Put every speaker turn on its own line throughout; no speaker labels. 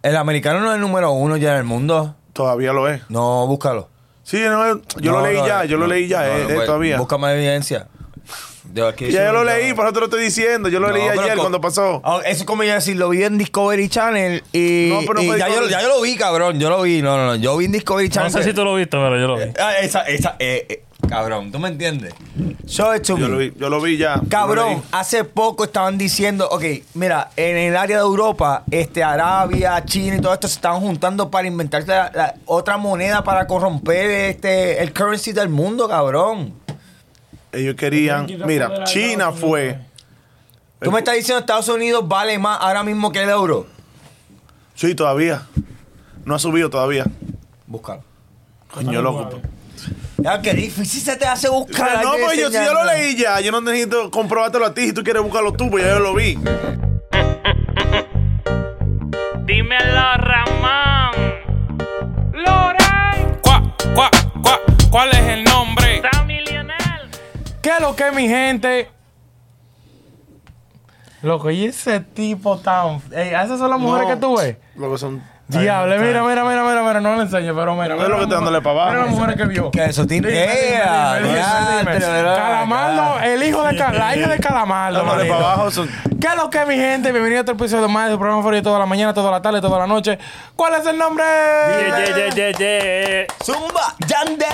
El americano no es el número uno ya en el mundo.
Todavía lo es.
No, búscalo.
Sí, no, yo lo
No,
leí
no,
ya, yo lo
no,
leí ya,
no,
eh,
no,
eh,
pues,
todavía.
Busca más evidencia. De verdad que
Ya yo
sí,
lo leí, por eso te lo estoy diciendo. Yo lo
No,
leí
pero
ayer
co-
cuando pasó.
Ah, Eso es como yo decir, lo vi en Discovery Channel y,
No, pero
y
fue
ya, yo,
Discovery-
ya yo lo vi, cabrón. Yo lo vi, no, no, no. Yo vi en Discovery
No
Channel.
sé si tú lo viste, pero yo lo vi.
Ah, esa, esa, eh, eh, cabrón, ¿tú me entiendes? Show it to
Yo
me.
lo vi, yo lo vi ya. yo lo
Cabrón,
leí.
hace poco estaban diciendo, ok, mira, en el área de Europa, este, Arabia, China y todo esto se estaban juntando para inventarse la- la- otra moneda para corromper este, el currency del mundo, cabrón.
Ellos querían. Mira, China fue.
Tú me estás diciendo Estados Unidos vale más ahora mismo que el euro.
Sí, todavía. No ha subido todavía.
Búscalo.
Coño, loco.
Ya, qué difícil se te hace buscar. hay
no,
que
pues yo, si yo
enseñarlo.
lo leí ya. Yo no necesito comprobártelo a ti si tú quieres buscarlo tú, pues ya yo lo vi.
Dímelo, Ramón. Loray.
Cuá, cuá, cuá, ¿cuál es el nombre?
Sammy Lionel.
¿Qué es lo que es, mi gente? Loco, y ese tipo tan. Ey, ¿a esas son las mujeres
No,
que tú ves.
Lo que son.
Diablo, mira, mira, mira, mira, mira, no le enseño, pero mira.
Ve lo que está dándole para abajo.
Mira las mujeres que vio.
Que eso tiene.
Dime, dime, dime,
Yeah,
dime,
diantre,
dime.
¿verdad?
Calamardo, el hijo de Cal- la hija de Calamardo.
Dándole
manito.
para abajo. Son...
¿Qué es lo que es, mi gente? Bienvenido a otro episodio más de su programa favorito toda la mañana, toda la tarde, toda la noche. ¿Cuál es el nombre?
Ye, ye, ye, ye, ye.
Zumba, Yandel.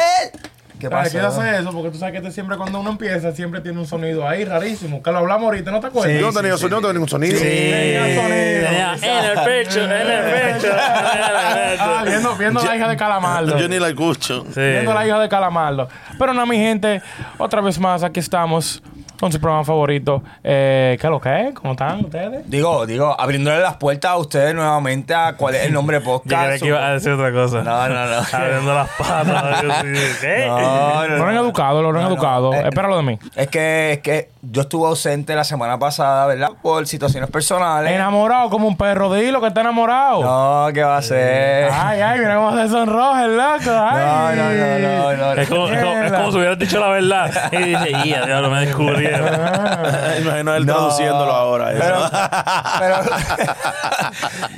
¿Qué
Ay, ¿Qué
pasa?
hace eso? Porque tú sabes que este siempre cuando uno empieza siempre tiene un sonido ahí rarísimo. Que lo hablamos ahorita, ¿no te acuerdas?
Yo no tenía sonido, no tenía ningún sonido.
Tenía un sonido.
Tenía En el pecho, en el pecho.
Ah, viendo viendo la hija de Calamardo.
Yo ni la escucho.
Viendo la
Sí.
hija de Calamardo. Pero no, mi gente, otra vez más, aquí estamos con su programa favorito. Eh, ¿Qué es lo que es? ¿Cómo están ustedes?
Digo, digo, abriéndole las puertas a ustedes nuevamente a cuál es el nombre de
Yo creía
podcast.
que iba a decir otra cosa.
No, no, no.
Abriendo las patas. algo así. ¿Qué?
No, no,
Lo han
no.
educado, lo han
No, no,
educado.
eh,
Espéralo de mí.
Es que, es que yo estuve ausente la semana pasada, ¿verdad? Por situaciones personales.
Enamorado como un perro, dilo que está enamorado.
No, ¿qué va a ser?
Ay, ay, mira cómo se sonroja el loco.
No,
Ay.
no, no, no, no, no.
Es como, es como- es como si hubieras dicho la verdad. Ah. Y dice, ya, diablo, me descubrieron.
Imagino él
No.
traduciéndolo ahora. eso.
Pero, pero,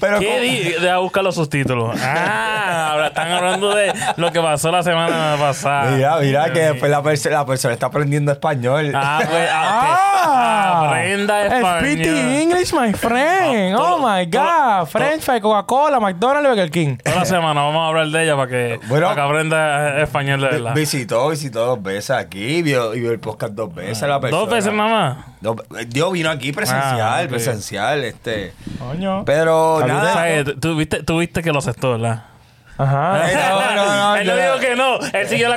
pero
¿Qué
como-
di? Deja buscar los subtítulos. Ah, ahora están hablando de lo que pasó la semana pasada.
Mira, mira, que después la, perso- la persona está aprendiendo español.
Ah, pues, ah, ok.
Ah,
aprenda
Speaking
español.
English, my friend.
Ah,
Oh
todo-
my
todo-
God. French fry, Coca-Cola, McDonald's, Burger King.
Toda la semana vamos a hablar de ella para que,
Bueno.
para que aprenda español de verdad.
visitó, visitó dos veces aquí, vio, vio el podcast dos veces la persona.
Ah, Dos veces nada más.
Dos- Dios vino aquí presencial,
Ah, ok.
presencial, este.
Coño.
Pero
O
nada.
sea, eh, tú- Tú viste, tú viste que lo aceptó, ¿verdad?
Ajá.
No, no, no,
él
yo
no
no.
dijo que no, él siguió la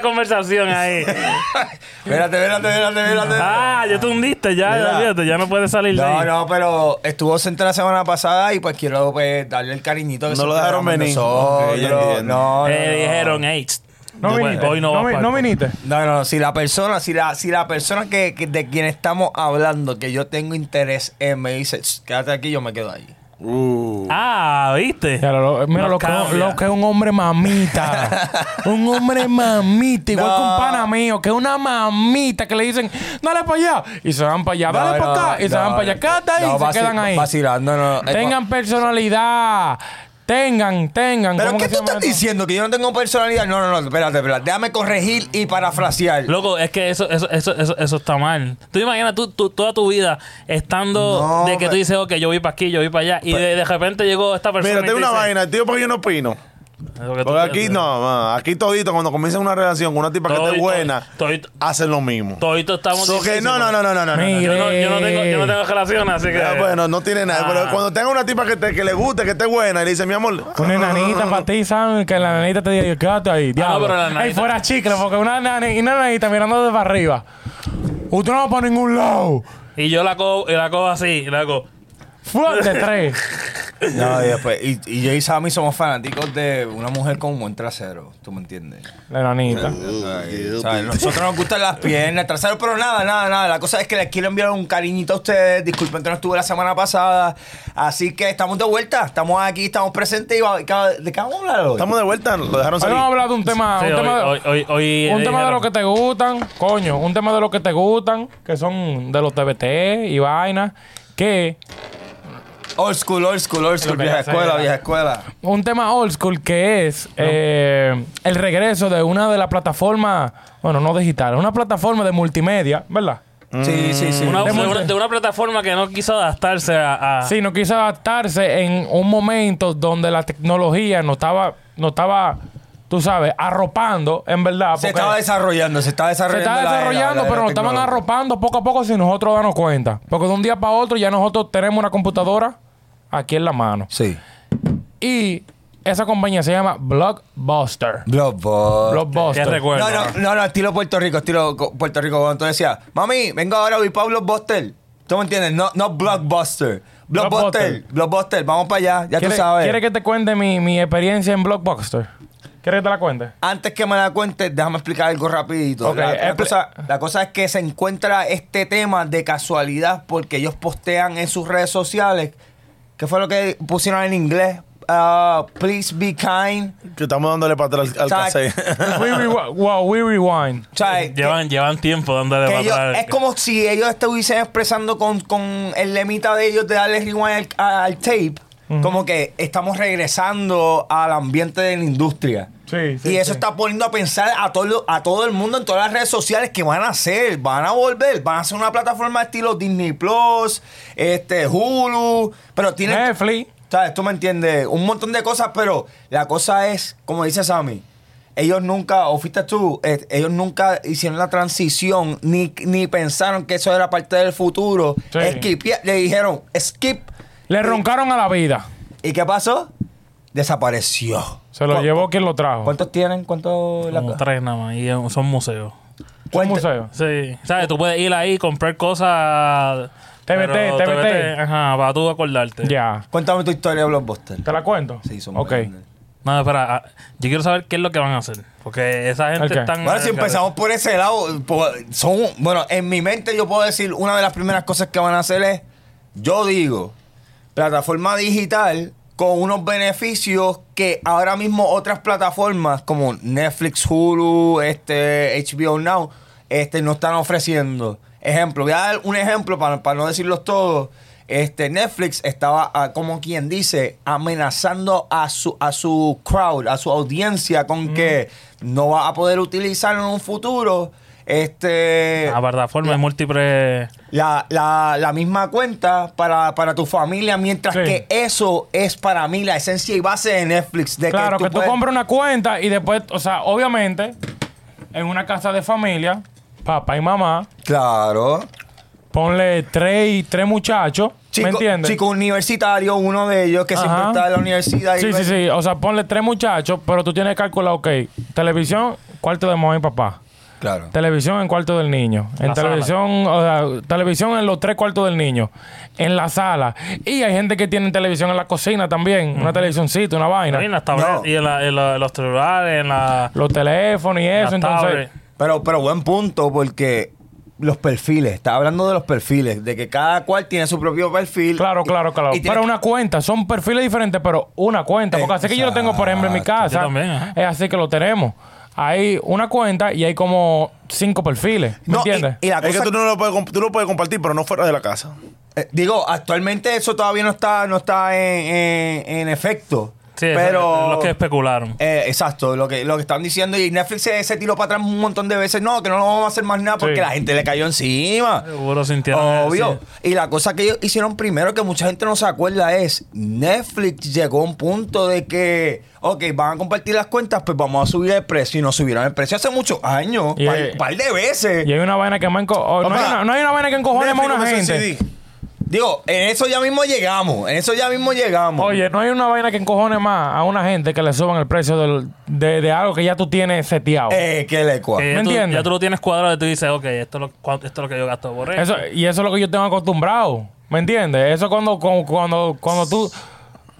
conversación ahí.
Espérate, espérate, espérate, espérate.
ah, ya te hundiste, ya,
Mira.
ya, olvídate, ya no puedes salir de
No,
ahí.
no, pero estuvo ausente la semana pasada y pues quiero pues, darle el cariñito. que
No
siempre
lo dejaron
damos
venir.
nosotros.
Ok, ya entiendo.
no, no,
Eh,
no.
dijeron, hey, tss,
No
bueno,
viniste.
hoy no,
No
vas
vi-
para
no
el
viniste.
No, no, si la persona, si la, si la persona que, que- de quien estamos hablando, que yo tengo interés en, me dice, "Shh, quédate aquí, yo me quedo ahí.
Uh.
Ah, ¿viste?
Ya, lo- lo- mira
Nos
lo que,
cambia.
lo que es un hombre mamita. un hombre mamita. Igual
No.
que un pana mío, que es una mamita que le dicen, dale para allá. Y se van para allá.
No,
Dale para
no,
acá. Y se
no,
van para allá.
no.
Quédate ahí.
No,
y se
vaci-
quedan ahí.
Vacilando, no. no.
Tengan personalidad. Tengan, tengan.
¿Pero
¿Cómo
qué
que
tú
se llama
estás
esto?
diciendo? ¿Que yo no tengo personalidad? No, no, no, espérate, espérate. Déjame corregir y parafrasear.
Loco, es que eso, eso, eso, eso, eso está mal. Tú imaginas tú, tú- toda tu vida estando
No,
de que
pero-
tú dices, ok, yo voy para aquí, yo voy para allá, y de, de repente llegó esta persona.
Mira,
y
tengo
te
una
dice,
vaina, tío, porque yo no opino.
"Lo que tú
Porque aquí
quieras".
no, ma, aquí todito, cuando comienzan una relación con una tipa que
Todito,
esté buena,
todito.
hacen lo mismo.
Todito estamos.
So que no,
difíciles.
no, no, no, no, no. no.
Mira.
Yo no, yo no tengo, yo no tengo relación, así que.
Ya, bueno, no tiene nada.
Ah.
Pero cuando tenga una tipa que, te- que le guste, que esté buena, y le dice, mi amor.
Una nanita para ti, ¿saben? Que la nanita te diga, quédate
Ah,
ahí, diablo.
pero la
Ey,
nanita-
fuera chicle, porque una nanita, una nanita mirándote para arriba. Usted no va para ningún lado.
Y yo la cojo, y la cojo así, y la cojo.
Fuerte tres.
No, y después, y, y yo y Sammy somos fanáticos de una mujer con un buen trasero, ¿tú me entiendes?
La nanita.
O sea, nosotros nos gustan las piernas, el trasero, pero nada, nada, nada. La cosa es que les quiero enviar un cariñito a ustedes. Disculpen que no estuve la semana pasada. Así que estamos de vuelta, estamos aquí, estamos presentes y va- ¿de qué vamos a hablar hoy?
Estamos de vuelta, lo dejaron
Hoy
salir.
vamos a hablar de un tema,
Sí,
Ah, un
hoy-
tema,
hoy- hoy- hoy, eh,
un tema de
dijeron-
lo que te gustan, coño, un tema de lo que te gustan, que son de los TBT y vainas, que
Old school, old school, old school.
Lo que
Vieja
ya sé,
escuela,
ya.
vieja escuela.
Un tema old school que es eh, el regreso de una de las plataformas, bueno, no digital, una plataforma de multimedia, ¿verdad?
Sí, sí, sí.
Una-
De
de,
multi-
una, de una plataforma que no quiso adaptarse a. a-
Sí, no quiso adaptarse en un momento donde la tecnología no estaba, no estaba, tú sabes, arropando, en verdad.
se
porque
estaba desarrollando, se estaba
se
desarrollando.
estaba
la era,
desarrollando,
la era
pero nos estaban
tecnológica.
arropando poco a poco sin nosotros darnos cuenta. Porque de un día para otro ya nosotros tenemos una computadora aquí en la mano.
Sí.
Y esa compañía se llama Blockbuster.
Blockbuster.
¿Qué
Blockbuster.
recuerdo?
No, no, no, no, estilo Puerto Rico, estilo co- Puerto Rico. Cuando tú decías, mami, vengo ahora, voy Pablo Blockbuster. ¿Tú me entiendes? No, no Blockbuster. Blockbuster,
Blockbuster.
Blockbuster, vamos para allá, ya tú
¿Quieres
sabes.
quieres que te cuente mi, mi experiencia en Blockbuster? ¿Quieres que te la cuente?
Antes que me la cuentes, déjame explicar algo rapidito.
Ok,
la, la
expli-
cosa, la cosa es que se encuentra este tema de casualidad porque ellos postean en sus redes sociales, que fue lo que pusieron en inglés, Ah, please be kind.
Que estamos dándole para atrás al
Exacto.
casé.
we rewi- wow, we rewind.
O sea, que-
Llevan, llevan tiempo dándole
que
para
ellos-
atrás.
es como si ellos estuviesen expresando con, con el lemita de ellos de darle rewind al, al tape, como que estamos regresando al ambiente de la industria.
Sí, sí,
y eso
sí.
está poniendo a pensar a todo, a todo el mundo en todas las redes sociales que van a hacer, van a volver, van a hacer una plataforma estilo Disney Plus, este Hulu, pero tienen,
Netflix.
¿Sabes? Tú me entiendes. Un montón de cosas, pero la cosa es, como dice Sammy, ellos nunca, o fuiste tú, eh, ellos nunca hicieron la transición, ni, ni pensaron que eso era parte del futuro.
Sí.
Skip, le dijeron, skip.
Le roncaron a la vida.
¿Y qué pasó? Desapareció.
Se lo
¿Cu-
llevó quien lo trajo.
¿Cuántos tienen? ¿Cuántos? la-
Como tres nada más. Y son museos.
¿Cuál
cuánto-
museo?
Sí. ¿Sabes? Tú puedes ir ahí, comprar cosas.
TBT,
pero
TBT.
Ajá, para tú acordarte.
Ya.
Cuéntame tu historia de Blockbuster.
¿Te la cuento?
Sí, son
Ok.
buenas.
No, espera. ah, Yo quiero saber qué es lo que van a hacer. Porque esa gente
Ok.
está...
Bueno, si empezamos por ese lado, por- son, bueno, en mi mente yo puedo decir, una de las primeras cosas que van a hacer es, yo digo, plataforma digital con unos beneficios que ahora mismo otras plataformas como Netflix, Hulu, este, HBO Now, este, no están ofreciendo. Ejemplo, voy a dar un ejemplo para, para no decirlos todos. Este, Netflix estaba, ah, como quien dice, amenazando a su, a su crowd, a su audiencia, con que no va a poder utilizarlo en un futuro. Este,
La plataforma es múltiples...
la, la, la misma cuenta para, para tu familia, mientras
Sí.
que eso es para mí la esencia y base de Netflix. De
Claro, que tú,
puedes-
compras una cuenta y después, o sea, obviamente, en una casa de familia, papá y mamá,
Claro.
ponle tres, tres muchachos, ¿me
Chico,
entiendes?
chico universitario, uno de ellos que siempre
Ajá.
está en la universidad. y pues
Sí,
lo-
sí, sí. O sea, ponle tres muchachos, pero tú tienes que calcular, ok, televisión, cuarto de mamá y papá.
Claro.
Televisión en cuarto del niño. En
La sala.
televisión, o sea, televisión en los tres cuartos del niño. En la sala. Y hay gente que tiene televisión en la cocina también. Una televisioncita, una vaina.
Y en las tabletas,
No.
y en, la- en la- en los celulares, en la...
Los teléfonos y eso.
la
Entonces,
tablet.
Pero, pero buen punto porque los perfiles, está hablando de los perfiles, de que cada cual tiene su propio perfil.
claro, claro, claro.
Y tiene
Pero
que-
una cuenta. Son perfiles diferentes, pero una cuenta. Porque así que yo lo tengo, por ejemplo, en mi
Exacto.
casa.
Yo también, ajá.
es así que lo tenemos. Hay una cuenta y hay como cinco perfiles. ¿Me
No, y-
entiendes?
Y, la
Es que
cosa
tú no lo puedes, comp- tú lo puedes compartir, pero no fuera de la casa.
Eh, digo, actualmente eso todavía no está, no está en, en- en efecto.
Sí,
pero
pero... Los que especularon.
Eh, exacto, lo que, lo que están diciendo. Y Netflix se, se tiró para atrás un montón de veces. No, que no lo vamos a hacer más nada porque
Sí.
la gente le cayó encima.
Seguro sintieron...
Obvio.
sí.
Y la cosa que ellos hicieron primero, que mucha gente no se acuerda, es Netflix llegó a un punto de que, ok, van a compartir las cuentas, pues vamos a subir el precio. Y nos subieron el precio hace muchos años, un
Y
par,
hay-
par de veces.
Y hay una vaina que más enco- oh, no,
Papá,
hay una, no hay una vaina que encojone más a una
Netflix comenzó en
gente.
CD.
Digo, en eso ya mismo llegamos. En eso ya mismo llegamos.
Oye, no hay una vaina que encojone más a una gente que le suban el precio del- de, de algo que ya tú tienes seteado.
Eh, qué lecua.
Que ya
¿Me
tú-
entiendes?
Ya tú lo tienes cuadrado y tú dices, ok, esto es lo, cuánto- esto es lo que yo gasto por esto.
Eso, y eso es lo que yo tengo acostumbrado. ¿Me entiendes? Eso cuando, cuando, cuando, cuando tú.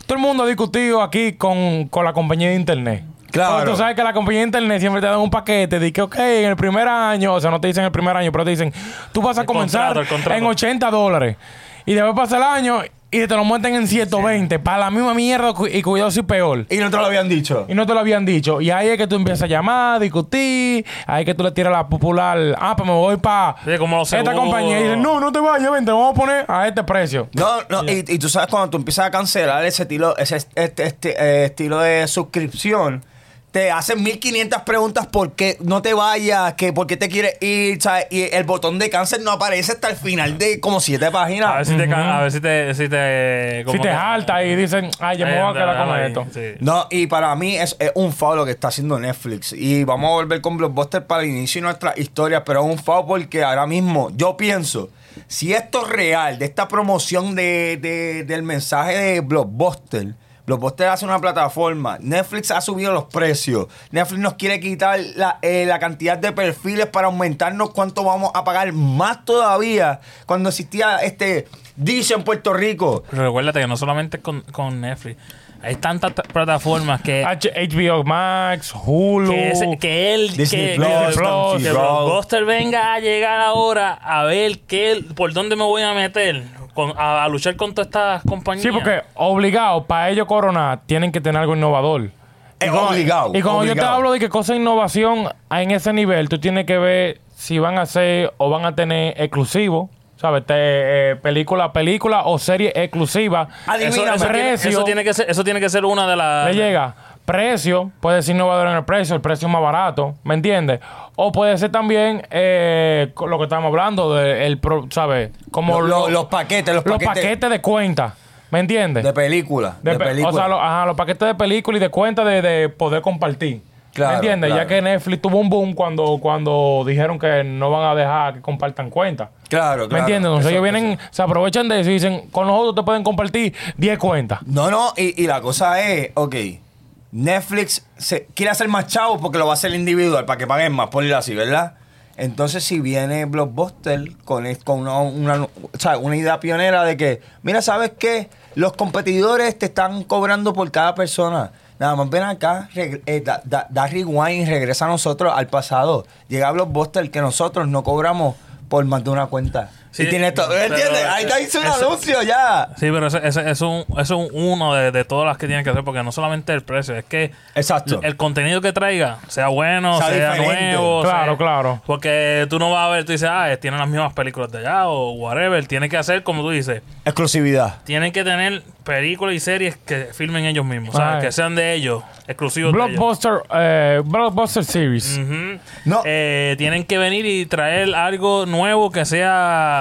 Todo el mundo ha discutido aquí con, con la compañía de internet.
Claro.
Porque tú sabes que la compañía de internet siempre te dan un paquete. de que ok, en el primer año, o sea, no te dicen el primer año, pero te dicen, tú vas a
El
comenzar
contrato, el contrato.
en 80 dólares. Y después pasa el año y te lo muestran en 120 para la misma mierda cu- y cuidado si peor.
Y no te lo habían dicho.
Y no te lo habían dicho. Y ahí es que tú empiezas a llamar, discutir. Ahí es que tú le tiras la popular. Ah, pues me voy para
Sí, como los
esta
seguros.
compañía. Y dicen, no, no te vayas, ven, te vamos a poner a este precio.
No, no, y, y tú sabes cuando tú empiezas a cancelar ese estilo, ese est- este, este, eh, estilo de suscripción, te hacen 1500 preguntas por qué no te vayas, que por qué te quieres ir, ¿sabes? Y el botón de cáncer no aparece hasta el final de como siete páginas.
A ver si te. ca- A ver si te. Si te,
Si te jalta y dicen, ay, yo me voy a quedar con esto.
Sí.
No, y para mí es, es un FAO lo que está haciendo Netflix. Y vamos a volver con Blockbuster para el inicio de nuestra historia, pero es un FAO porque ahora mismo yo pienso, si esto es real, de esta promoción de, de- del mensaje de Blockbuster, Blockbuster hace una plataforma, Netflix ha subido los precios, Netflix nos quiere quitar la, eh, la cantidad de perfiles para aumentarnos cuánto vamos a pagar más todavía cuando existía este... Dice en Puerto Rico.
Pero recuérdate que no solamente con, con Netflix. Hay tantas t- plataformas que.
H- HBO Max, Hulu.
que, ese- que él
Disney
que,
Plus,
que-
Disney
que
Plus.
Blockbuster venga a llegar ahora a ver qué por dónde me voy a meter con- a, a luchar contra estas compañías
Sí, porque obligado, para ellos coronar, tienen que tener algo innovador.
Es obligado.
Y cuando yo te
obligado.
hablo de que cosa de innovación en ese nivel, tú tienes que ver si van a ser o van a tener exclusivo, ¿sabes? Te- eh, película a película o serie exclusiva.
eso,
Adivíname.
eso tiene,
Precio.
eso tiene que ser eso tiene que ser una de las
Le llega precio, puede ser innovador en el precio, el precio más barato, ¿me entiendes? O puede ser también eh, con lo que estamos hablando, de el pro- ¿sabes? Como
Lo- lo- los paquetes, los paquetes.
de cuenta, ¿me entiendes?
De película. De,
De pe-
película.
O sea, lo- ajá, los paquetes de película y de cuenta de, de poder compartir.
Claro,
¿Me entiendes?
claro.
Ya que Netflix tuvo un boom cuando, cuando dijeron que no van a dejar que compartan cuentas.
Claro,
¿Me
claro.
entiendes? Entonces
Eso-
ellos vienen, se aprovechan de eso y dicen, con nosotros te pueden compartir 10 cuentas.
No, no, y, y la cosa es, ok, Netflix se, quiere hacer más chavos porque lo va a hacer individual para que paguen más, por así, ¿verdad? Entonces, si viene Blockbuster con, es- con una, una- o sea, una idea pionera de que, mira, ¿sabes qué? Los competidores te están cobrando por cada persona. Nada más ven acá, reg- eh, da, da- da rewind, regresa a nosotros al pasado. Llega Blockbuster que nosotros no cobramos por más de una cuenta.
Sí,
y tiene todo.
pero-
¿Entiendes? Ahí está, hizo un
eso-
anuncio ya.
Sí, pero ese, ese- es un, es un uno de, de todas las que tienen que hacer, porque no solamente el precio, es que
Exacto.
el contenido que traiga sea bueno,
Sea
sea,
diferente.
nuevo.
Claro,
sea-
claro.
Porque tú no vas a ver, tú dices, ah, tienen las mismas películas de allá o whatever. Tiene que hacer, como tú dices,
Exclusividad.
tienen que tener películas y series que filmen ellos mismos, o sea,
Ay.
que sean de ellos, exclusivos de ellos.
Blockbuster, eh, Blockbuster Series.
Ujú.
No.
Eh, tienen que venir y traer algo nuevo que sea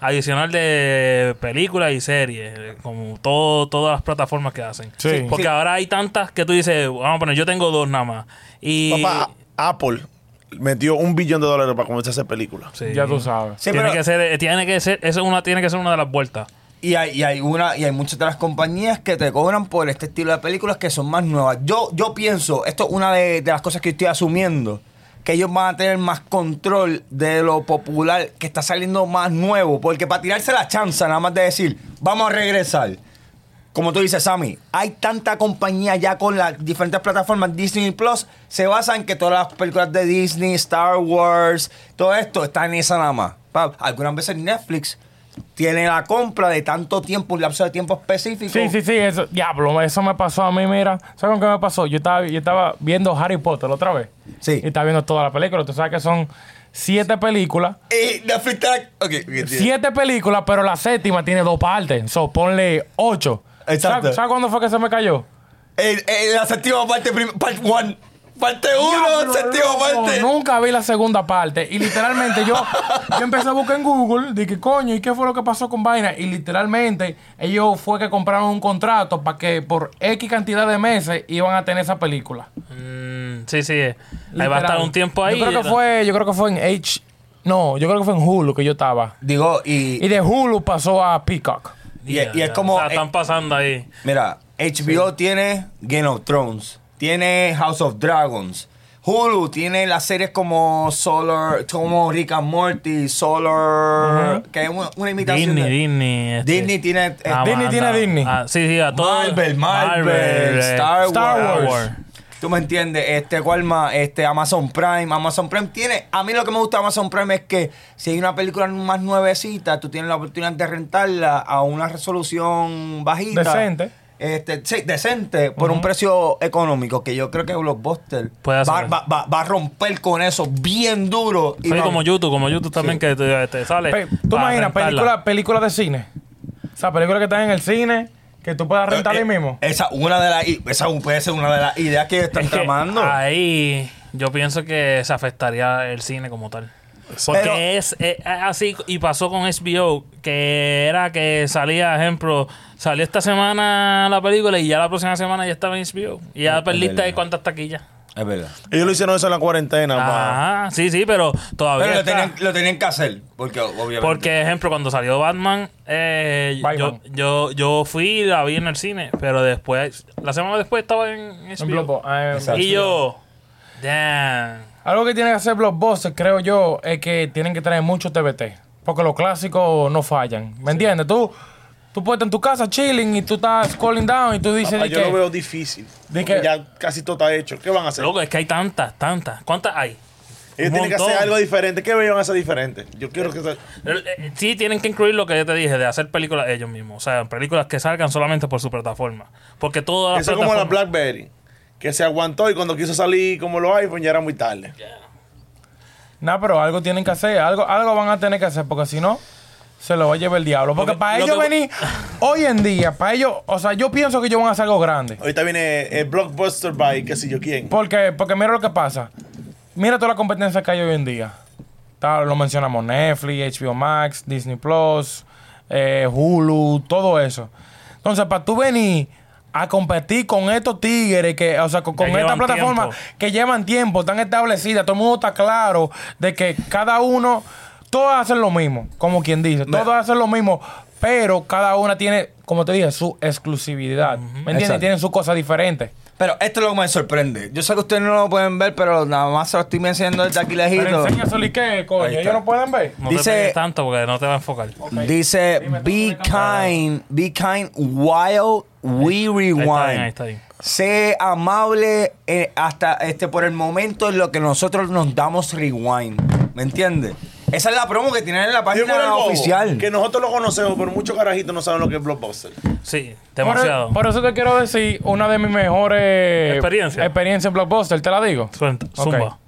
adicional de películas y series, eh, como todo, todas las plataformas que hacen.
Sí.
Porque ahora hay tantas que tú dices, vamos a poner, yo tengo dos nada más. Y
Papá, A- Apple metió un billón de dólares para comenzar a hacer películas.
Sí.
Ya tú sabes.
Sí,
tiene
pero-
que ser, eh, tiene que ser, eso es una, tiene que ser una de las vueltas.
Y hay, y hay una, y hay muchas otras compañías que te cobran por este estilo de películas que son más nuevas. Yo, yo pienso, esto es una de, de las cosas que estoy asumiendo, que ellos van a tener más control de lo popular que está saliendo más nuevo. Porque para tirarse la chanza, nada más de decir, vamos a regresar. Como tú dices, Sammy, hay tanta compañía ya con las diferentes plataformas Disney Plus. Se basa en que todas las películas de Disney, Star Wars, todo esto está en esa nada más. Pa- Algunas veces Netflix tiene la compra de tanto tiempo, un lapso de tiempo específico.
Sí, sí, sí, eso, diablo, eso me pasó a mí, mira. ¿Sabes con qué me pasó? Yo estaba, yo estaba viendo Harry Potter otra vez.
Sí.
Y estaba viendo toda la película. Tú sabes que son siete películas.
Y Netflix está. Ok, ok, sí.
Siete películas, pero la séptima tiene dos partes. So, ponle ocho.
Exacto.
¿Sabes, sabes cuándo fue que se me cayó?
Eh, eh, la séptima parte, prim- part one. Parte uno,
Diablo,
séptima
loco,
parte.
Ah, Nunca vi la segunda parte. Y literalmente yo, yo empecé a buscar en Google, dije, coño, ¿y qué fue lo que pasó con Vaina? Y literalmente ellos fue que compraron un contrato para que por X cantidad de meses iban a tener esa película.
Mm, sí, sí. eh. Ahí va a estar un tiempo ahí.
Yo creo que fue, yo creo que fue en H. No, yo creo que fue en Hulu que yo estaba.
Digo, y.
Y de Hulu pasó a Peacock.
y- y es como- eh,
O sea, están pasando ahí.
Mira, HBO tiene Game of Thrones, tiene House of Dragons, Hulu tiene las series como Solar, como Rick and Morty, Solar, que es una, una imitación.
Disney,
de-
Disney. este.
Disney tiene eh,
Ah,
Disney
manda.
tiene Disney.
Ah, sí, sí, a todo.
Marvel, Marvel,
Marvel, eh,
Star,
Star
Wars.
Wars.
Tú me entiendes, este, ¿cuál más? Este, Amazon Prime. Amazon Prime tiene. A mí lo que me gusta de Amazon Prime es que si hay una película más nuevecita, tú tienes la oportunidad de rentarla a una resolución bajita.
Decente.
Este, sí, decente, por un precio económico, que yo creo que Blockbuster
Puede
va,
hacer.
va- va- va a romper con eso bien duro.
Soy
va- eh,
como YouTube, como YouTube también que te, te sale.
Pe- ¿Tú
para
imaginas
rentarla.
películas película de cine? O sea, películas que están en el cine, que tú puedas rentar ahí
Eh,
mismo.
Esa, una de las, i- esa puede ser una de las ideas que están
Es que ah,
tramando.
ahí yo pienso que se afectaría el cine como tal. Porque
Pero-
es, eh, así, y pasó con HBO, que era que salía, ejemplo, salió esta semana la película y ya la próxima semana ya estaba en HBO. Y ya perdiste
verdad.
ahí cuántas taquillas.
Es verdad.
Ellos lo hicieron eso en la cuarentena,
Ah,
pa.
Ajá, sí, sí, pero todavía.
Ah, Pero lo
está.
tenían, lo tenían que hacer, porque obviamente.
Porque, ejemplo, cuando salió Batman, eh, yo,
Batman.
yo, yo fui y la vi en el cine, pero después, la semana después estaba en
En
HBO.
Blockbuster. Ah, en-
Exacto.
y yo, damn.
Algo que tiene que hacer Blockbuster, creo yo, es que tienen que traer mucho TBT. Porque los clásicos no fallan. ¿Me entiendes? Tú, tú puedes estar en tu casa chilling y tú estás calling down y tú dices.
Papá,
di
yo
que-
lo veo difícil.
¿De
Porque
qué?
Ya casi todo está hecho. ¿Qué van a hacer?
Loco, es que hay tantas, tantas. ¿Cuántas hay?
Ellos
Un
tienen que hacer
montón.
algo diferente. ¿Qué van a hacer diferente? Yo quiero que... se-
Eh, eh, Sí, tienen que incluir lo que yo te dije, de hacer películas ellos mismos. O sea, películas que salgan solamente por su plataforma. Porque todas las
Eso es como la
plataformas-
BlackBerry. Que se aguantó y cuando quiso salir como los iPhone ya era muy tarde.
Nah, pero algo tienen que hacer, algo, algo van a tener que hacer, porque si no, se lo va a llevar el diablo. Porque
Lo que-
para
lo
ellos
que-
venir hoy en día, para ellos, o sea, yo pienso que ellos van a hacer algo grande.
Ahorita viene el Blockbuster by qué sé yo quién.
Porque, porque mira lo que pasa. Mira toda la competencia que hay hoy en día. Está- lo mencionamos Netflix, HBO Max, Disney Plus, eh, Hulu, todo eso. Entonces, para tú venir a competir con estos tigres que, o sea, con, con
Que
esta
llevan
plataforma
tiempo.
que llevan tiempo, están establecidas, todo el mundo está claro de que cada uno, todos hacen lo mismo, como quien dice, todos hacen lo mismo, pero cada una tiene, como te dije, su exclusividad. ¿Me entiendes?
Exacto.
Y Tienen sus cosas diferentes.
Pero esto es lo que me sorprende. Yo sé que ustedes no lo pueden ver, pero nada más se lo estoy enseñando desde aquí
Pero
lejito.
enséñaselo y qué, coño.
Ahí está.
Ellos no pueden ver.
No
Dice-
te pegues tanto porque no te va a enfocar.
Dice,
Dime,
be
toma la cámara".
kind, be kind while we rewind.
bien, ahí está bien.
Sé amable eh, hasta este por el momento en lo que nosotros nos damos rewind. ¿Me entiendes? Esa es la promo que tienen en la
Yo con el
página
bobo,
oficial.
Que nosotros lo conocemos, pero muchos carajitos no saben lo que es Blockbuster.
Sí,
Por,
demasiado.
por eso te quiero decir una de mis mejores
Experiencia.
experiencias en Blockbuster, te la digo.
Suelta,
Ok.
zumba.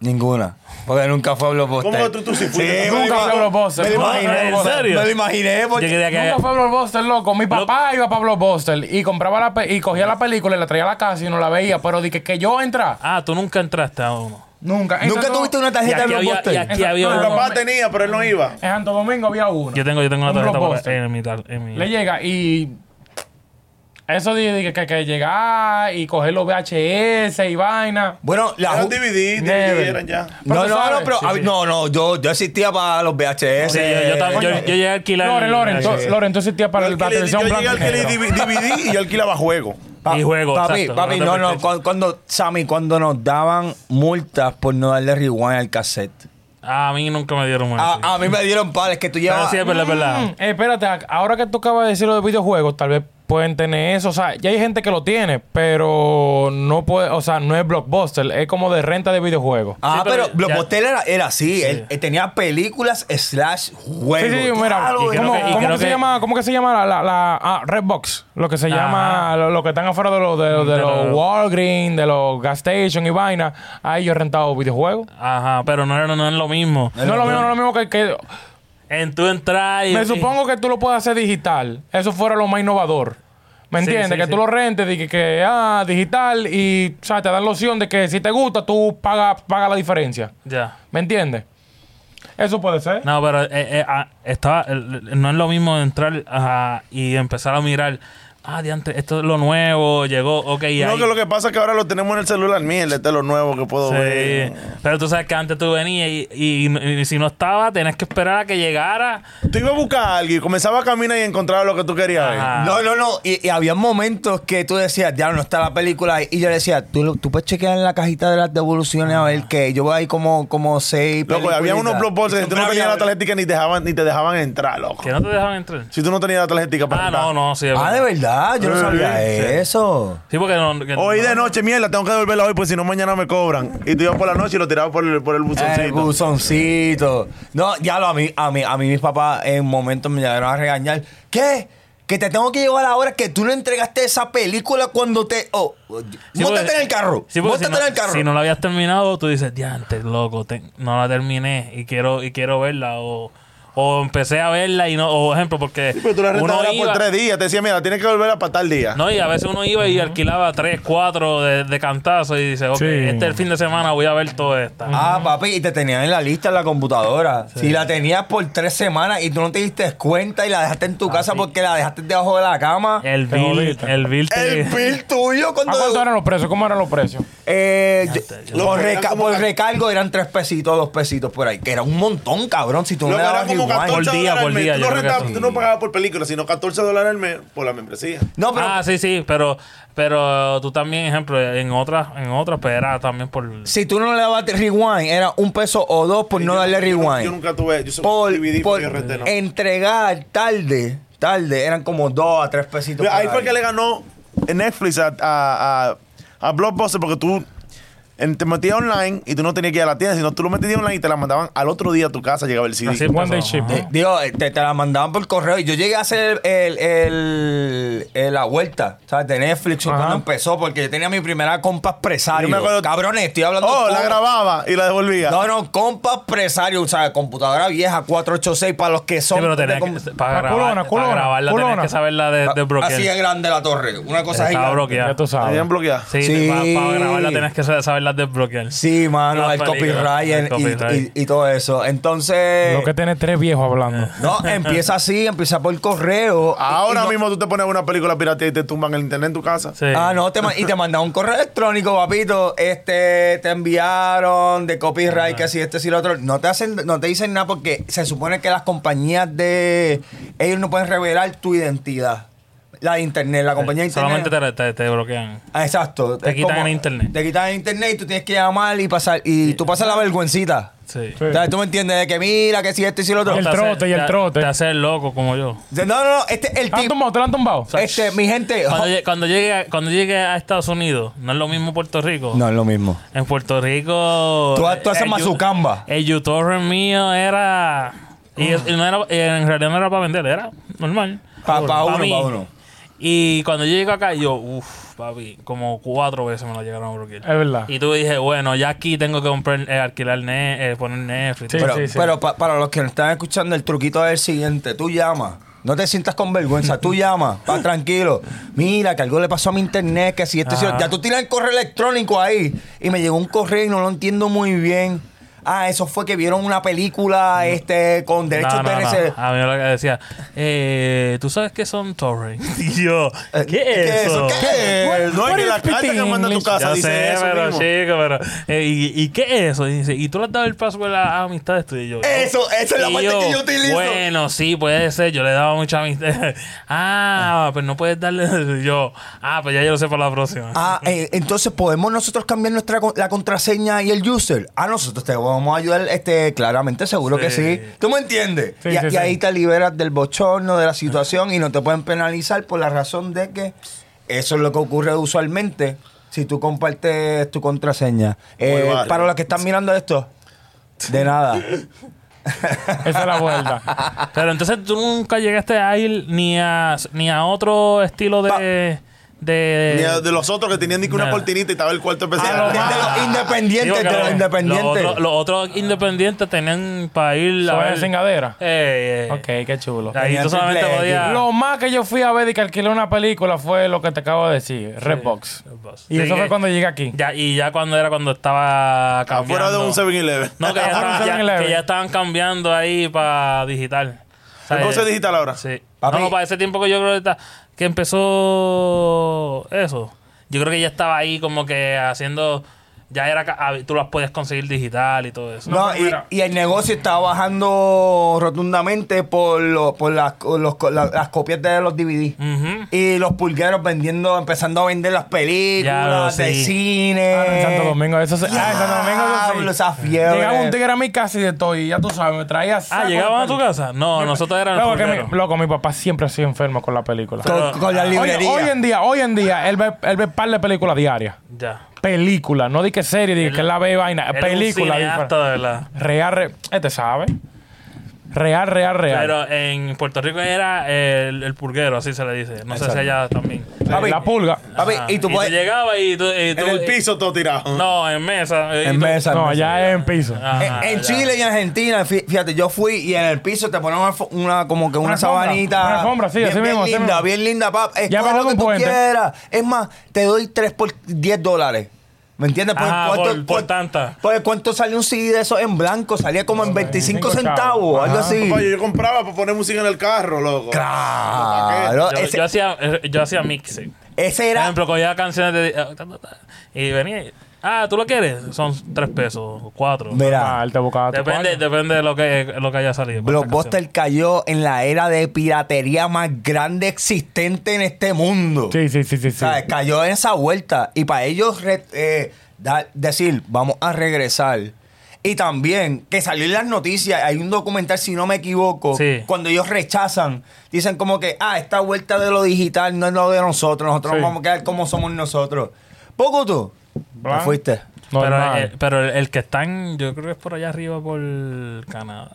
Ninguna. Porque nunca fue a Blockbuster.
¿Cómo que tú- tú sí fuiste?
me
Nunca
lo
fue a
imag-
Blockbuster.
Me lo
Nunca
imaginé.
fue a Blockbuster.
Me lo imaginé porque...
Yo quería que-
Nunca fue a Blockbuster, loco. Mi papá iba para Blockbuster y compraba la pe- y cogía la película y la traía a la casa y no la veía. Pero dije que yo entra.
Ah, tú nunca entraste a uno.
Nunca.
Nunca
Entonces,
tuviste una
Y
tarjeta de
aquí había-
Blockbuster.
y aquí
Exacto.
había
No,
Mi
uno.
no,
papá
me-
tenía, pero él no iba.
En Santo Domingo había una.
Yo tengo, yo tengo una
Un
tarjeta por-
Blockbuster.
en mi tar- en mi-
Le llega y. Eso dije dije que, que llegar y coger los VHS y vaina.
Bueno, la...
Eran
ju-
DVD,
Never.
eran ya.
No,
Pero tú
no, no,
sabes.
pero
Sí,
ah,
sí.
no, no, yo, yo asistía para los VHS.
Sí, yo, yo, tam- yo- yo llegué a alquilar.
Loren, Loren, tú-
Sí.
Loren, tú existías para
Yo
el- la
alquilé-
televisión
yo llegué
blanca
al
y negro.
DVD y yo alquilaba juego.
Pa-
Y juego,
papi,
exacto,
papi,
no
no,
te
no,
prestes.
cu- cuando, Sammy, cuando nos daban multas por no darle rewind al cassette.
A mí nunca me dieron más.
A, a mí me dieron pares que tú
Ah, Pero
llevas.
sí, es verdad, es verdad.
Eh, espérate, a- ahora que tú acabas de decir lo de videojuegos, tal vez pueden tener eso. O sea, ya hay gente que lo tiene, pero no puede, o sea, no es blockbuster, es como de renta de videojuegos.
Ah,
Sí, pero
pero,
ya-
Blockbuster era, era así. Él, él tenía películas slash
Sí,
juegos.
sí, sí, mira.
Claro,
Y creo
¿Cómo,
que- y
cómo
creo
que se
que-
llama, cómo que se llama la, la, la- ah, Redbox? Lo que se
Ajá. Mm,
llama, lo, lo que están afuera de los, de, los- de
De
los
los-
Walgreens, de los gas station y vaina. Ahí yo he rentado videojuegos.
ah.
Ajá, pero no, era- Ah, no es lo mismo.
No es lo mismo, no es lo mismo que, que-
En tu entrar y.
Me supongo que tú lo puedes hacer digital. Eso fuera lo más innovador. ¿Me
Sí,
entiendes?
sí,
que
sí.
tú lo rentes, de que, que, ah, digital y o sea, te dan la opción de que si te gusta, tú pagas paga la diferencia.
Ya.
¿Me entiendes? Eso puede ser.
No, pero eh, eh, ah, estaba, el- el- no es lo mismo entrar ajá, y empezar a mirar. Ah, diantre, esto es lo nuevo, llegó, ok, y
No,
ahí-
que lo que pasa es que ahora lo tenemos en el celular. Mira, este es lo nuevo que puedo
Sí.
ver.
Pero tú sabes que antes tú venías y, y- y si no estaba, tenías que esperar a que llegara.
Tú ibas a buscar a alguien, comenzaba a caminar y encontraba lo que tú querías. ver.
Ajá.
No, no, no. Y, y había momentos que tú decías, ya no está la película. ahí". Y yo le decía, tú, lo- tú puedes chequear en la cajita de las devoluciones a ver qué. Yo voy ahí como, como seis.
Loco, había
peliculitas.
unos blockbusters que tú no tenías la tarjeta y que ni, te dejaban, ni te dejaban entrar, loco.
Que no te dejaban entrar.
Si tú no tenías la tarjeta para
Ah,
entrar.
no, no, sí. es
Ah, ¿de verdad? verdad, yo no
Sí,
sabía
sí.
eso.
Sí, porque no. que
Hoy
no-
de noche, mierda, tengo que devolverla hoy, pues si no mañana me cobran. Y tú ibas por la noche y lo tirabas por el, por
Eh,
el
El
buzoncito.
buzoncito. Eh, No, ya lo, a mí, a mí, a mí mis papás en momentos me llegaron a regañar. ¿Qué? Que te tengo que llevar ahora que tú no entregaste esa película cuando te. Oh,
Sí,
móntate
porque-
en el carro.
Sí,
móntate
porque si no,
en el carro.
Si no la habías terminado, tú dices, diantes, loco, te- no la terminé y quiero, y quiero verla. O, o empecé a verla y no. O ejemplo, porque.
Pero tú la
uno
rentabas por
iba-
tres días. Te decía, mira, tienes que volverla para tal día.
No, y a veces uno iba y alquilaba tres, cuatro de, de cantazo y dice, ok,
Sí.
este es el fin de semana, voy a ver toda esta.
Ah, papi, y te tenían en la lista en la computadora. Si la tenías por tres semanas y tú no te diste cuenta y la dejaste en tu casa porque la dejaste debajo de la cama.
Ah, el Ah,
Te
bill,
jodiste.
el bill te-
El bill tuyo
¿A
cuando.
cuánto eran los precios? ¿Cómo eran los precios?
Eh, yo-
Lo
por,
que era
reca-
como
por
ca-
recargo eran tres pesitos, dos pesitos por ahí. Que era un montón, cabrón. Si tú no
Lo
le
que era
dabas
como
igual.
14
Por día,
dólares al
por
mes.
día,
Tú
yo
no,
creo que
rentabas-
sí.
tú no pagabas por película, sino 14 dólares al mes por la membresía.
No, pero.
Ah, sí, sí, pero, pero tú también, ejemplo, en otras, en otras, pero era también por...
Si tú no le dabas rewind, era un peso o dos por no
Yo-
darle
yo-
rewind.
Yo nunca tuve. Yo soy
por,
DVD
por
porque renté, no.
entregar tarde, tarde, eran como dos a tres pesitos.
Mira,
por
Ahí fue que le ganó Netflix a, a, a- a Blockbuster porque tú en- te metías online y tú no tenías que ir a la tienda, sino tú lo metías online y te la mandaban al otro día a tu casa, llegaba el CD.
Así empezó,
One
Ah,
day ship.
ajá.
Eh, Digo, eh, te, te la mandaban por correo y yo llegué a hacer el, el- el- la vuelta, ¿sabes? De Netflix
Ajá.
cuando empezó, porque yo tenía mi primera compa empresario.
Yo me acuerdo-
Cabrones, estoy hablando.
Oh, la
todo-
grababa y la devolvía.
No, no, compa empresario, o sea, computadora vieja 486 para los que
Sí,
son.
pero
de
tenías
com-
que, para,
Ah,
grabar,
culona, culona,
para grabarla
culona.
tenías que saberla de, de bloquear.
Ah, Así es grande la torre, una cosa así.
Estaba bloqueada.
Ya tú
La
sabes.
habían bloqueado.
Sí,
Sí.
Para, para grabarla tenías que sa- saberla desbloquear.
Sí, mano,
Una
el
película,
copyright,
el
y-
copyright.
Y, y todo eso. Entonces,
Lo que tiene tres viejos hablando.
no, empieza así, empieza por correo.
Ahora
Y no-
mismo tú te pones una película pirata y te tumban el internet en tu casa.
Sí.
Ah, no, te ma- y te mandaron un correo electrónico, papito. Este, te enviaron de copyright, que si este, si lo otro. No te hacen, no te dicen nada porque se supone que las compañías de. Ellos no pueden revelar tu identidad. La de internet, la compañía de internet.
Solamente te, te, te bloquean.
Ah, exacto.
Te
Es
quitan el internet.
Te quitan el internet y tú tienes que llamar y pasar. Y tú pasas la vergüencita.
Sí.
Sí.
O sea, ¿Tú me entiendes? De que mira, que si esto y si lo otro.
El
Te hace-
trote y el
te-
trote.
Te hace el loco como yo.
No, no, no. Este es el
¿Te la han
tipo.
tumbado? ¿Te la han tumbado?
Este, mi gente.
Ah, Cuando, lle- cuando llegue a, cuando llegue a Estados Unidos, no es lo mismo Puerto Rico.
es lo mismo.
En Puerto Rico.
Tú- tú haces
el-
mazucamba. Ah.
El youtuber mío era. Y, es- y no era, y en realidad no era para vender, era normal.
Pa- pa uno,
mí.
pa uno.
Y cuando yo llego acá, yo, uff, papi, como cuatro veces me lo llegaron a bloquear.
Es verdad.
Y tú dije, bueno, ya aquí tengo que comprar, eh, alquilar, ne- eh, poner Netflix.
Sí,
Pero-
Pero, pero pa- para los que nos están escuchando, el truquito es el siguiente. Tú llamas. No te sientas con vergüenza. Tú llamas. Pa, tranquilo. Mira, que algo le pasó a mi internet, que si esto... si lo-
Ajá.
Ya tú tienes el correo electrónico ahí. Y me llegó un correo y no lo entiendo muy bien. Ah, eso fue que vieron una película este, con derechos
No, no,
de
no.
rece-
A mí me lo que decía, eh, ¿tú sabes qué son torrents? Y yo,
Eh,
¿qué es eso?
¿Qué es?
No es que la carta que manda a tu casa
Ya
dice
sé,
eso
pero
mismo.
chico, pero. eh, ¿y, y qué es eso? Y dice, ¿y tú le has dado el password a, a amistades tuyas? Y yo,
Eso, esa es la
Y
parte que yo utilizo.
Bueno, sí, puede ser. Yo le he dado mucha amistad. ah, pero no puedes darle. yo, ah, pues ya yo lo sé para la próxima.
Ah, eh, entonces podemos nosotros cambiar nuestra con- la contraseña y el user. Ah, nosotros te vamos a ayudar, este, claramente, seguro que sí.
Sí.
¿Tú me entiendes?
Sí,
y,
sí,
y
sí.
ahí te liberas del bochorno, de la situación y no te pueden penalizar por la razón de que eso es lo que ocurre usualmente si tú compartes tu contraseña. Eh,
vale.
Para los que están mirando esto, de nada.
Esa es la vuelta.
Pero entonces tú nunca llegaste a ir ni a, ni a otro estilo de. de
Ni a- de los otros que tenían ni que una
Nada. Ah,
cortinita y estaba el cuarto
De,
especial.
de los
Digo
independientes, de
que
los
lo- Los
independientes.
otros los otros independientes tenían para ir a
¿Sabes
ver-
de cingadera?
Eh, eh.
Ok, qué chulo.
Ahí
Tenía
tú solamente
triple X.
podías...
Lo más que yo fui a ver y que alquilé una película fue lo que te acabo de decir, Redbox. Y
Sí,
eso fue
que-
cuando llegué aquí.
Ya, y ya cuando era cuando estaba cambiando.
Afuera de un 7-Eleven.
No, que ya,
Afuera de un
estaban, ya-
7-Eleven.
que ya estaban cambiando ahí para digital. O sea,
Entonces
eh,
digital ahora.
Sí.
Papi.
No, no, para ese tiempo que yo creo que, está- que empezó eso. Yo creo que ya estaba ahí como que haciendo ya era ca- ah, tú las podías conseguir digital y todo eso.
No,
pero
y,
mira.
y el negocio estaba bajando rotundamente por, lo- por las, los- la- las copias de los DVD.
Ujú.
Y los pulgueros vendiendo, empezando a vender las películas
Ya,
de
sí.
cine.
Ah, en Santo Domingo, eso se- ah, en Santo Domingo, eso sí.
Eh. Diablo, esa fiebre.
Llegaba un tigre a mi casa y de todo, y ya tú sabes, me traía.
Ah,
saco de
¿llegaban a tu
película.
casa? No, nosotros éramos
Loco,
los
que mi-
primeros.
loco, mi papá siempre ha sido enfermo con la película.
Con, con la
Ah. Oye,
librería.
hoy en día, hoy en día, él ve, él ve par de películas diarias.
Ya.
Película, no di que serie, di que él la ve vaina.
Era un
Película. di-
cineasta, de verdad.
Real, re- este sabe. Real, real, real.
Pero en Puerto Rico era el, el purguero, así se le dice. No sé si allá también.
Eh,
Papi,
la pulga.
Papi,
Ah,
y tú puedes.
llegabas y tú... y tú-
En
eh,
el piso todo tirado.
No, en mesa. eh, y
En
tú-
mesa.
No,
en mesa.
ya es en piso.
Ajá,
En, en
ya.
Chile y Argentina, fí- fíjate, yo fui y en el piso te ponen una, fo- una- como que una,
Una alfombra,
sabanita.
una alfombra, sí,
bien,
así
bien
mismo, así
linda,
mismo.
bien linda, pap. Escoge
bajo
lo
de
que
un
tú
puente.
quieras. Es más, te doy 3 por 10 dólares. ¿Me entiendes?
Ajá, por- por tanta.
por cuánto salió un CD de esos en blanco, salía como en 25
25
centavos,
chavos.
algo
Ajá.
así.
Papá, yo, yo compraba para poner música en el carro, loco.
Claro,
Yo,
ese,
yo hacía, eh, yo hacía mixing.
ese
Por
era.
ejemplo, cogía canciones de... ah, ta, ta, ta, Y venía... y, Ah, ¿tú lo quieres? Son tres pesos, cuatro.
Ah,
Mira,
él te buscaba tu
Depende,
cuarto.
depende de lo que, lo que haya salido. pues,
Blockbuster cayó en la era de piratería más grande existente en este mundo.
Sí, sí, sí, sí. sí.
¿Sabes? Cayó en esa vuelta. Y para ellos re- eh, da- decir, vamos a regresar. Y también que salió en las noticias, hay un documental, si no me equivoco,
Sí.
cuando ellos rechazan, dicen como que, ah, esta vuelta de lo digital no es lo de nosotros, nosotros
Sí.
nos vamos a quedar como somos nosotros. Poco tú, te
Blanco.
fuiste.
pero,
Normal.
eh, pero el, el que están, yo creo que es por allá arriba, por Canadá.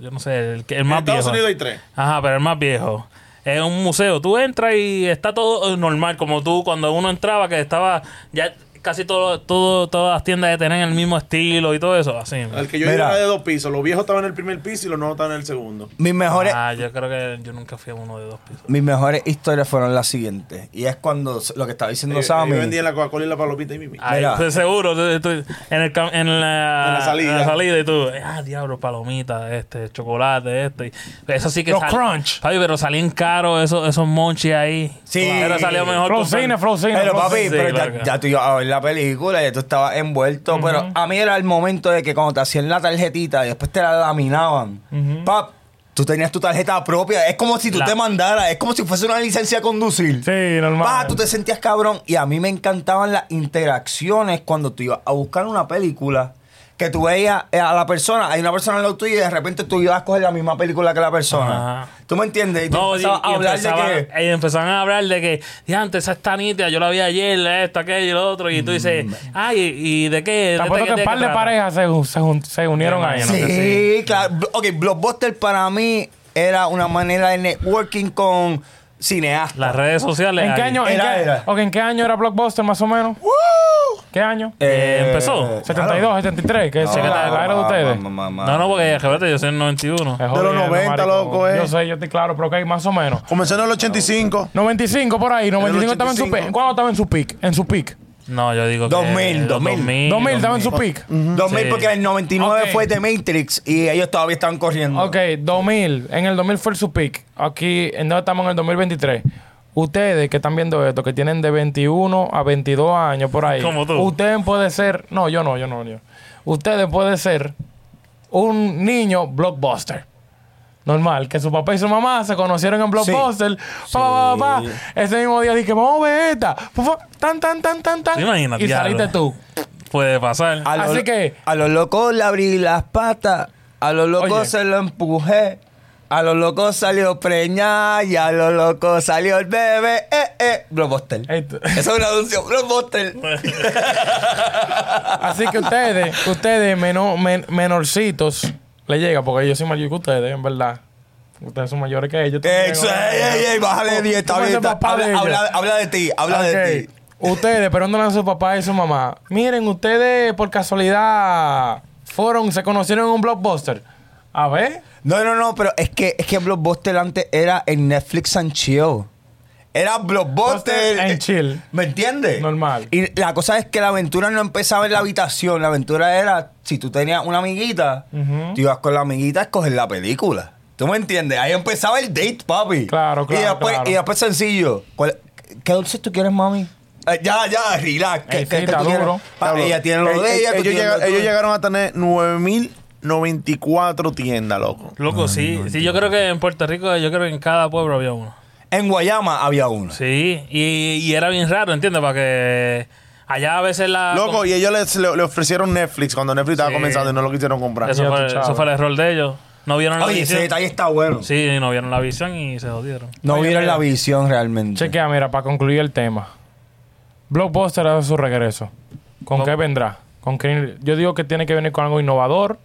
Yo no sé, el, que- el
En
más
Estados
viejo.
Unidos hay tres.
Ajá, pero el más viejo. Es un museo. Tú entras y está todo eh, normal, como tú cuando uno entraba, que estaba ya casi todo, todo, todas las tiendas ya tenían el mismo estilo y todo eso. Así.
El que yo
Mira.
iba era de dos pisos. Los viejos estaban en el primer piso y los nuevos estaban en el segundo.
Mis mejores,
Ah, yo creo que yo nunca fui a uno de dos pisos.
mis mejores historias fueron las siguientes. Y es cuando lo que estaba diciendo
Eh,
Sammy. Ah,
Yo vendía la Coca-Cola y la palopita y mimi.
Ay,
Mira.
pues, seguro, tú- tú- en, el, cam- en, la,
En la salida.
en la salida y tú, ah, diablo, palomita, este, chocolate, este. y Eso sí que
Los
sal-
crunch.
Papi, pero salían caros esos, esos monchis ahí.
Sí.
Pero salió mejor.
Flow
comprar-
Cine, Flow Cine.
Pero
Flow
papi,
Cine.
Sí,
pero ya,
claro.
ya tú ibas a ver la película, ya tú estabas envuelto. Pero a mí era el momento de que cuando te hacían la tarjetita y después te la laminaban, pap, tú tenías tu tarjeta propia. Es como si tú
La-
te mandaras, es como si fuese una licencia a conducir.
Sí, normal.
Pa, tú te sentías cabrón. Y a mí me encantaban las interacciones cuando tú ibas a buscar una película. Que tú veías eh, a la persona, hay una persona en lo tuyo y de repente tú ibas a coger la misma película que la persona.
Ajá.
¿Tú me entiendes? Y tú
No, y,
empezabas a
y
hablar de
empezaban,
que-
y empezaban a hablar de que, y antes esa está nítida, yo la vi ayer, esto, aquello y lo otro. Y tú dices,
Mm.
ay, ¿y de qué?
Te
¿De
apuesto
este-
que un
de
par
qué
de
trata?"
parejas se, jun- se jun- se unieron ahí. ¿no?
Sí,
que
claro. Bl- Ok, Blockbuster para mí era una manera de networking con cineastas.
Las redes sociales.
¿En qué
ahí.
año? en
Era,
qué-
era.
ok, ¿en qué año era Blockbuster más o menos? ¿Qué año?
Eh, ¿empezó?
72, 73,
Ah,
que es
que
la, la era de ustedes.
No, no, porque espérate, yo soy el 91.
Es
De los
jodido,
90,
marico.
loco, eh.
Yo sé, yo estoy claro, pero que hay más o menos.
Comenzó en el 85.
95 por ahí, 95 estaba en su
85.
pick. ¿Cuándo estaba en su pick? En su pick.
No, yo digo
2000,
que... eh,
2000.
2000 estaba en su pick.
2000
Sí.
porque en el 99
Ok.
fue The Matrix y ellos todavía estaban corriendo.
Ok, 2000. En el 2000 fue su pick. Aquí, en donde estamos en el 2023. Ustedes que están viendo esto, que tienen de 21 a 22 años por ahí.
Como tú.
Ustedes pueden ser. No, yo no, yo no. yo. Ustedes pueden ser un niño blockbuster. Normal, que su papá y su mamá se conocieron en Blockbuster. Pa, pa, pa, pa, pa. Ese mismo día dije, vamos a ver esta. Pa, pa, Tan, tan, tan, tan, tan.
¿Te imaginas,
y saliste
diablo?
tú.
Puede pasar.
A
así que-
A los locos le abrí las patas, a los locos
Oye.
se lo empujé, a los locos salió preñada y a los locos salió el bebé. Eh, eh. Blockbuster.
Ey, tú-
Eso es un anuncio. Blockbuster.
Así que ustedes, ustedes meno- men- menorcitos, le llega, porque yo soy mayor que ustedes, en verdad. Ustedes son mayores que ellos. también,
Eso,
¿no?
ey, ey, ey, bájale
Tú-
10,
tú
está
eres
bien. está-
papá de
Habla,
ellos.
habla, habla de ti, habla de
Ok.
ti.
Ustedes, perdónenle a su papá y su mamá. Miren, ustedes por casualidad fueron, se conocieron en un blockbuster. A ver.
No, no, no, pero es que, es que Blockbuster antes era el Netflix and Chill. Era Blockbuster.
Blockbuster and Chill.
¿Me entiendes?
Normal.
Y la cosa es que la aventura no empezaba en la habitación. La aventura era, si tú tenías una amiguita, tú ibas con la amiguita a escoger la película. ¿Tú me entiendes? Ahí empezaba el date, papi.
Claro,
Y
claro,
después,
claro.
y después sencillo. ¿Cuál- ¿Qué dulce tú quieres, mami? Eh, ya, ya, relax.
Ey, Eh, sí, está
tienes?
duro.
Pa-
Diablo.
ella tiene lo
Eh,
de
eh,
ella. tú
Ellos,
tienes
llega-
lo tuyo.
ellos llegaron a tener 9.094 tiendas, loco.
Loco, sí. Sí, yo creo que en Puerto Rico, yo creo que en cada pueblo había uno.
En Guayama había uno.
Sí, y, y era bien raro, ¿entiendes? Para que allá a veces
Ah,
la...
Loco, y ellos les- le, le ofrecieron Netflix cuando Netflix estaba
Sí.
comenzando y no lo quisieron comprar.
Eso
Ya
fue,
tú sabes.
eso fue el error de ellos. No vieron la
Oye, ese
visión.
detalle está bueno.
Sí, no vieron la visión y se jodieron.
No vieron la visión realmente.
Chequea, mira, para concluir el tema. Blockbuster hace su regreso. ¿Con qué vendrá? ¿Con qué- Yo digo que tiene que venir con algo innovador,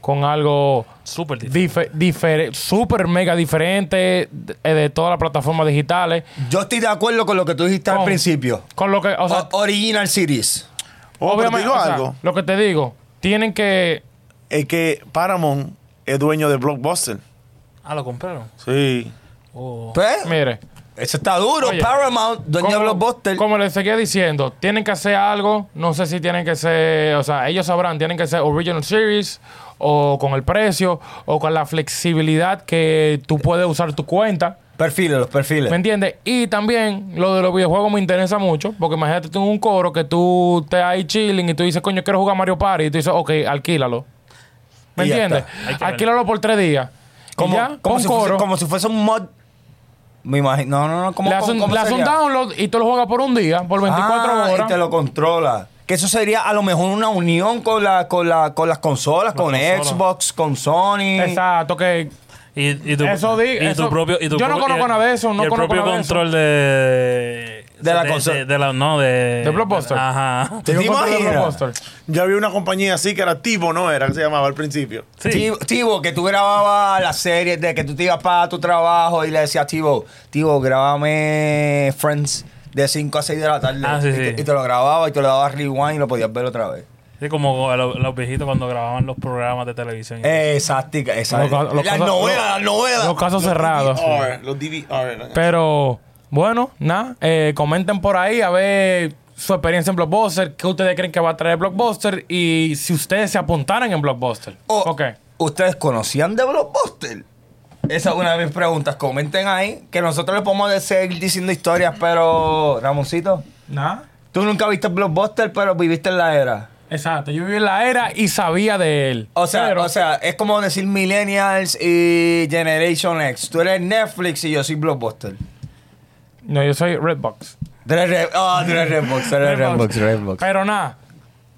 con algo
Súper difícil.
dife- difere- súper mega diferente de, de todas las plataformas digitales.
Yo estoy de acuerdo con lo que tú dijiste al
Con-
principio.
Con lo que, o sea,
O- Original Series.
Oh, pero te
obviamente,
digo
o sea,
algo.
lo que te digo, tienen que
Es que Paramount es dueño de Blockbuster.
Ah, lo compraron.
Sí.
Oh.
¿Ves?
Mire,
Pues, Eso está duro.
Oye,
Paramount, dueño de
como,
Blockbuster.
como les seguía diciendo, tienen que hacer algo. No sé si tienen que ser, o sea, ellos sabrán, tienen que ser Original Series o con el precio o con la flexibilidad que tú puedes usar tu cuenta.
Perfiles, los perfiles.
¿Me entiendes? Y también lo de los videojuegos me interesa mucho, porque imagínate tú en un coro que tú estés ahí chilling y tú dices, coño, quiero jugar Mario Party, y tú dices, ok, alquílalo. ¿Me
Y ya
entiendes?
está.
Hay que verlo.
Alquílalo por tres días. Y
Como,
ya,
como,
pon
si
coro.
fuese, como si fuese un mod. Me imagino. No, no, no. ¿Cómo,
le
cómo-
haces un,
cómo
le haces un
sería?
download y tú lo juegas por un día, por 24
Ah,
horas.
Y te lo controla. Que eso sería a lo mejor una unión con, la, con, la, con las consolas, con
consolas.
Xbox, con Sony.
Exacto, que
Y, y tu,
Eso di-
y tu
eso-
propio, y tu
yo no
propio-
conozco nada de eso, no
y el
conozco
propio
nada de eso.
control de, de,
De la consola.
de, la- no, de...
De Blockbuster.
ajá.
¿Te
Yo encontré
imaginas?
el blockbuster.
Ya había una compañía así que era Tivo, ¿no? Era que se llamaba al principio.
Sí.
Tivo, Tivo, que tú grababas las series de que tú te ibas para tu trabajo y le decías, Tivo, Tivo, grabame Friends de 5 a 6 de la tarde.
Ah, sí,
y,
sí.
Te, y te lo grababa y te lo dabas rewind y lo podías ver otra vez.
Sí, como los, los viejitos cuando grababan los programas de televisión.
Eh, Exacto, exacto.
Lo- lo-
Las
lo-
novelas, las novelas.
los casos cerrados.
DVR, los DVR.
Pero bueno, nada, eh, comenten por ahí a ver su experiencia en Blockbuster, qué ustedes creen que va a traer Blockbuster y si ustedes se apuntaran en Blockbuster.
O-
ok.
¿Ustedes conocían de Blockbuster? Esa es una de mis preguntas. Comenten ahí que nosotros le podemos seguir diciendo historias, pero Ramoncito,
Nada.
tú nunca viste Blockbuster, pero viviste en la era.
Exacto, yo viví en la era y sabía de él.
O sea,
Pero-
o sea, es como decir Millennials y Generation X. Tú eres Netflix y yo soy Blockbuster.
no, yo soy Redbox.
Tú eres Re- ah, tú eres Redbox, tú eres Redbox, Redbox.
Pero nada,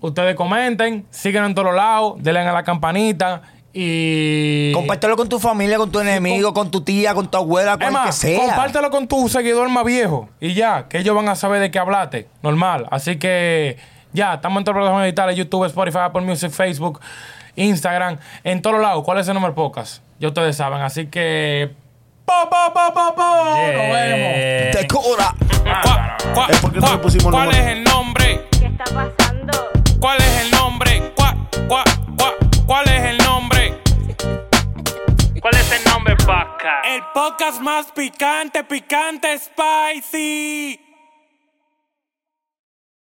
ustedes comenten, sigan en todos lados, denle a la campanita y.
Compártelo con tu familia, con tu enemigo, con tu tía, con tu abuela, con
Es
el que
más,
sea.
compártelo con tu seguidor más viejo y ya, que ellos van a saber de qué hablaste. Normal. Así que ya, estamos en todas las plataformas digitales: YouTube, Spotify, Apple Music, Facebook, Instagram, en todos lados. ¿Cuál es el número pocas? Ya ustedes saben. Así que. ¡Po, po, po, po, po!
Yeah.
¡Nos vemos!
Te cura.
Cuá, cuá,
Es porque no le
cuá.
pusimos
¿Cuál
número.
es el nombre?
¿Qué está pasando?
¿Cuál es el nombre? ¿Cuá, cuá, cuá? ¿Cuál es el nombre?
¿Cuál es el nombre, vaca?
El podcast más picante, picante, spicy.